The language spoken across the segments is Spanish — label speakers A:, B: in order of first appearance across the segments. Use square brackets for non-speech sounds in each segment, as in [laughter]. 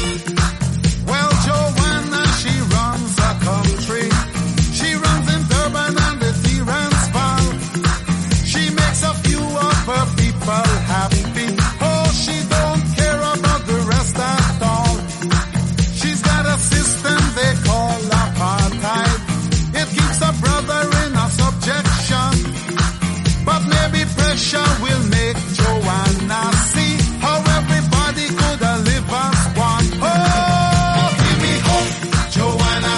A: Well, Joanna, she runs her country. She runs in Durban and the Deerans Val. She makes a few of her people happy. Oh, she don't care about the rest at all. She's got a system they call apartheid. It keeps a brother in a subjection. But maybe pressure will make Joanna see how everybody could have lived as one. Oh, give me hope, Joanna.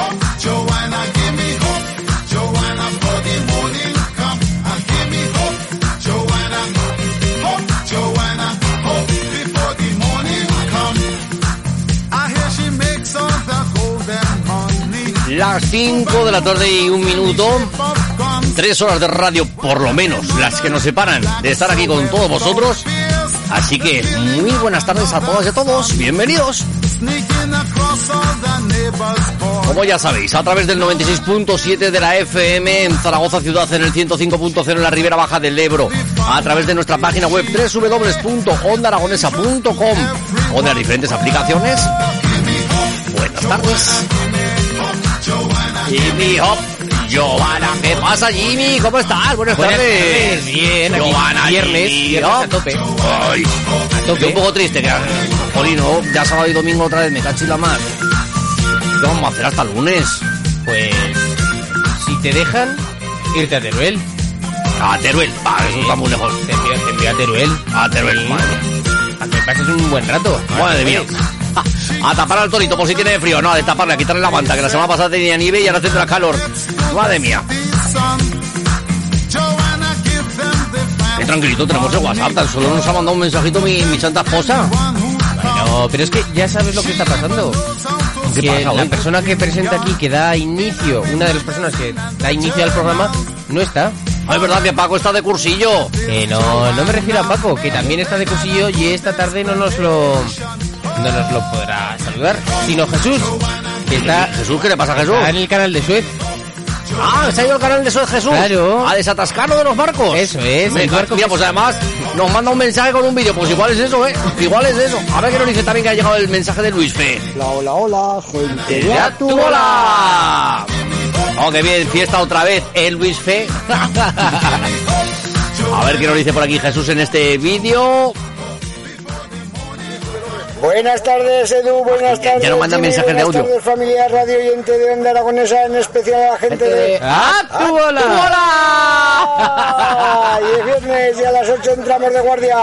A: Hope, Joanna. Give me hope, Joanna, for the morning cup. Ah, give me hope, Joanna. Hope, Joanna. Hope before the morning come. I hear she makes all the golden money.
B: Las 5 de la tarde y un minuto.
A: Popcorn
B: Tres horas de radio, por lo menos, las que nos separan de estar aquí con todos vosotros. Así que muy buenas tardes a todas y a todos. Bienvenidos.
A: Sneaking across all the neighbors' boards.
B: Como ya sabéis, a través del 96.7 de la FM en Zaragoza Ciudad, en el 105.0 en la Ribera Baja del Ebro, a través de nuestra página web www.ondaragonesa.com o de las diferentes aplicaciones. Buenas tardes. Jimmy Hop, Giovanna, ¿qué pasa Jimmy? ¿Cómo estás? Buenas,
C: Buenas
B: tardes.
C: tardes, bien, aquí,
B: Giovanna,
C: viernes,
B: Jimmy
C: viernes a
B: Hop.
C: tope.
B: Ay,
C: tope.
B: Estoy un poco triste, que Jolín, no, ya sábado y domingo otra vez, me cacho en la mar. ¿Qué vamos a hacer hasta el lunes?
C: Pues si te dejan irte a Teruel,
B: A Teruel, va, eso está muy lejos.
C: te envío, te envío a Teruel,
B: A Teruel, madre.
C: a que pases un buen rato.
B: Madre
C: [laughs]
B: mía. A tapar al torito por si tiene frío, no, a destaparle, a quitarle la manta, que la semana pasada tenía nieve y ahora tendrá calor. Madre mía.
A: Joanna, give them the
B: Qué
A: family
B: Eh, tranquilito tenemos el WhatsApp, tan solo nos ha mandado un mensajito mi, mi santa esposa.
A: one who
C: No, pero es que ya sabes lo que está pasando.
B: ¿Qué
C: que
B: pasa
C: la
B: hoy?
C: persona que presenta aquí, que da inicio, una de las personas que da inicio al programa, no está.
B: Ah, es verdad que Paco está de cursillo.
C: Que no, no me refiero a Paco, que también está de cursillo y esta tarde no nos lo, no nos lo podrá saludar, sino Jesús, que está,
B: Jesús, ¿qué le pasa a Jesús?
C: está en el canal de Suez.
B: Ah, se ha ido al canal de Soy Jesús.
C: Claro.
B: A desatascarlo de los barcos.
C: Eso es,
B: Me
C: el
B: ca-
C: barco
B: Mira,
C: que-
B: pues además nos manda un mensaje con un vídeo. Pues igual es eso, ¿eh? Igual es eso. A ver que nos dice también que ha llegado el mensaje de Luis P.
D: La hola, hola, gente.
B: ¡Ya tu bola! Oh, qué bien, fiesta otra vez, el Luis Fe. [laughs] A ver qué nos dice por aquí Jesús en este vídeo.
D: Buenas tardes, Edu. Buenas tardes.
B: ya no mandan
D: Jimmy,
B: mensajes de
D: buenas
B: audio.
D: Tardes, familia radio oyente de Onda Aragonesa, en especial a la gente de.
C: ¡Ah, tu bola!
D: ¡Ah! Y es viernes y a las 8 entramos de guardia.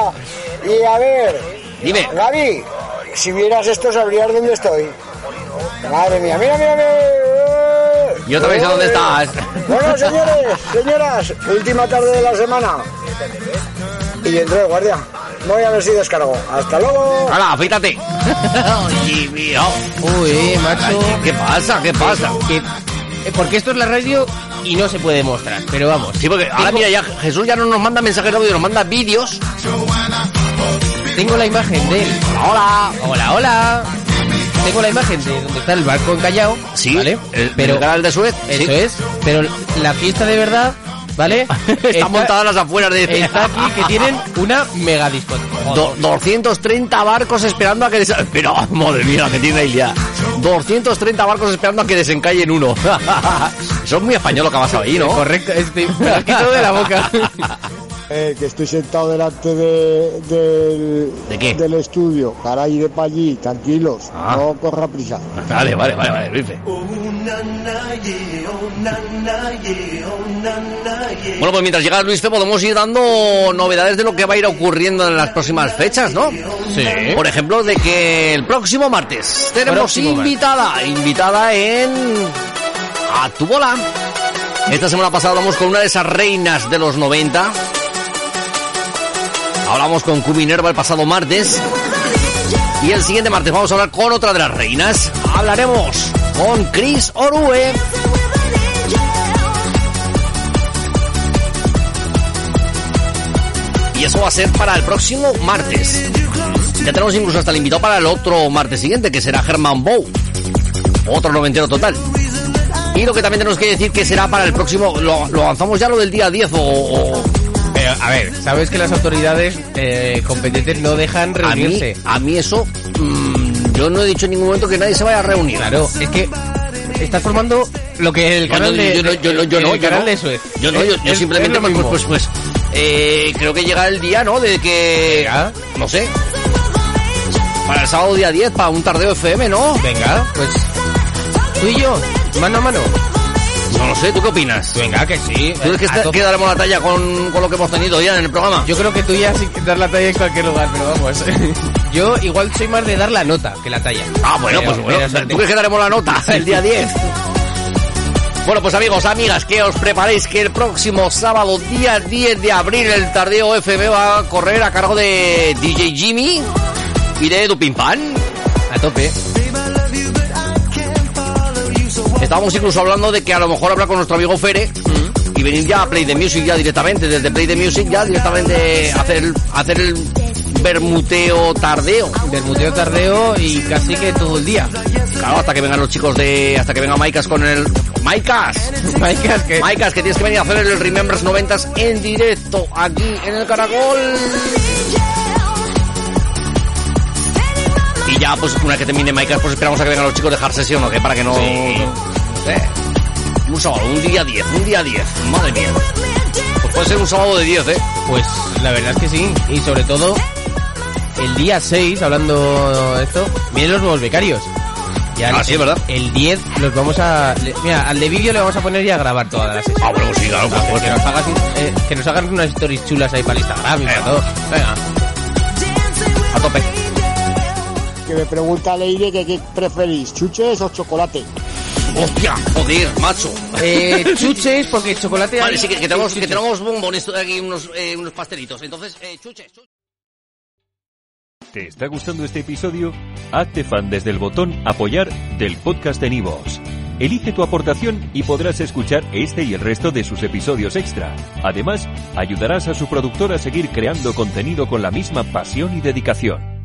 D: Y a ver,
B: [laughs] Dime,
D: Gaby, si vieras esto sabrías dónde estoy. Madre mía, mira, mira, mira. Eh.
B: y otra vez a dónde estás.
D: Bueno, señores, señoras, última tarde de la semana. Y yo entro de guardia. Voy a ver si descargo. Hasta luego.
B: ¡Hala, afeítate! Jimmy, oh.
C: Uy, eh, macho.
B: Ay, ¿Qué pasa? ¿Qué pasa?
C: Que- eh, porque esto es la radio y no se puede mostrar, pero vamos.
B: Sí, porque ahora mira ya, Jesús ya no nos manda mensajes de audio, nos manda vídeos.
C: Tengo la imagen de él.
B: Hola.
C: Hola, hola. Tengo la imagen de donde está el barco encallado.
B: Sí,
C: ¿vale?
B: el, pero,
C: pero
B: el canal de Suez.
C: eso
B: sí.
C: es. Pero la fiesta de verdad, ¿vale?
B: [laughs] Está, montada a las afueras de... [laughs]
C: Está aquí que tienen una mega discoteca.
B: Do- 230 barcos esperando a que des... Pero, [laughs] madre mía, la que tiene ahí ya. 230 barcos esperando a que desencallen uno. [laughs] Eso es muy español lo que ha pasado ahí, ¿no?
C: Correcto, este, me la quito de la boca.
D: Eh, que estoy sentado delante de- del,
B: ¿De qué?
D: del estudio, para ir de para allí, tranquilos,
B: Ah.
D: no corra prisa.
B: Vale, vale, vale, vale, Luis. Bueno, pues mientras llega Luis, te podemos ir dando novedades de lo que va a ir ocurriendo en las próximas fechas, ¿no?
C: Sí.
B: Por ejemplo, de que el próximo martes tenemos
C: Próximo martes.
B: invitada, invitada en A tu bola. Esta semana pasada hablamos con una de esas reinas de los 90. Hablamos con Q Minerva el pasado martes. Y el siguiente martes vamos a hablar con otra de las reinas. Hablaremos con Chris Orue. Y eso va a ser para el próximo martes. Ya tenemos incluso hasta el invitado para el otro martes siguiente, que será Herman Bow. Otro noventero total. Y lo que también tenemos que decir que será para el próximo. ¿Lo, lo avanzamos ya lo del día 10 o.? o-
C: Pero, a ver, [laughs] sabes que las autoridades eh, competentes no dejan
B: a, mí,
C: reunirse.
B: a mí eso. mm, yo no he dicho en ningún momento que nadie se vaya a reunir.
C: Claro, es que estás formando lo que el
B: Yo no,
C: canal de
B: yo no, yo no, yo
C: el
B: no, yo
C: canal
B: no.
C: de Suez.
B: Yo no, yo, yo
C: eh. Es- es
B: simplemente
C: lo
B: pues,
C: mismo.
B: pues, pues, eh, creo que llega el día, ¿no? De que
C: Venga.
B: no sé. Para el sábado día 10 para un tardeo FM, ¿no?
C: Venga, pues tú y yo, mano a mano.
B: No lo sé, ¿tú qué opinas?
C: Venga, que sí.
B: ¿Tú crees que,
C: Pues, a
B: está-
C: tope.
B: que daremos la talla con, con lo que hemos tenido ya en el programa?
C: Yo creo que tú ya sin dar la talla en cualquier lugar, pero vamos. [laughs] Yo igual soy más de dar la nota que la talla.
B: ah, bueno,
C: Pero-
B: pues bueno.
C: pero
B: ¿Tú crees que daremos la nota el día 10? Bueno, pues amigos, amigas, que os preparéis que el próximo sábado, día 10 de abril, el tardeo FM va a correr a cargo de DJ Jimmy y de Dupin Pan.
C: A tope.
B: Estábamos incluso hablando de que a lo mejor hablar con nuestro amigo Fere y venir ya a Play the Music ya directamente, desde Play the Music ya directamente hacer, el- hacer el bermuteo tardeo.
C: Bermuteo tardeo y casi que todo el día. [laughs]
B: Claro, hasta que vengan los chicos de. hasta que venga Maicas con el. ¡Maicas!
C: Maicas, que...
B: Maicas, que tienes que venir a hacer el Remembers 90s en directo aquí en el Caracol. Y ya, pues una vez que termine Maicas, pues esperamos a que vengan los chicos de Hard Session, ¿o qué? Para que no. Eh, Un sábado, un día 10, un día 10. Madre mía. Pues puede ser un sábado de 10, ¿eh?
C: Pues la verdad es que sí. Y sobre todo, el día 6, hablando de esto, vienen los nuevos becarios. Ya
B: Ah,
C: el-
B: sí, es verdad.
C: El 10 los vamos a... le- mira, al de vídeo le vamos a poner y a grabar todas las sesiones.
B: Ah, bueno, sí, claro, por
C: que,
B: supuesto.
C: nos hagas un- eh, que nos hagan unas stories chulas ahí para el Instagram y para
B: Venga.
C: todo. Venga.
B: A tope.
E: Que me pregunta Leire que qué preferís, chuches o chocolate.
B: ¡Hostia! Joder, macho.
C: Eh, chuches, porque chocolate...
B: Vale,
C: hay-
B: sí, que, que tenemos,
C: hay
B: que
C: chuches.
B: tenemos bombones aquí, unos, eh, unos pastelitos. Entonces, eh, chuches, chuches.
F: ¿Te está gustando este episodio? Hazte fan desde el botón Apoyar del podcast de Nivos. Elige tu aportación y podrás escuchar este y el resto de sus episodios extra. Además, ayudarás a su productor a seguir creando contenido con la misma pasión y dedicación.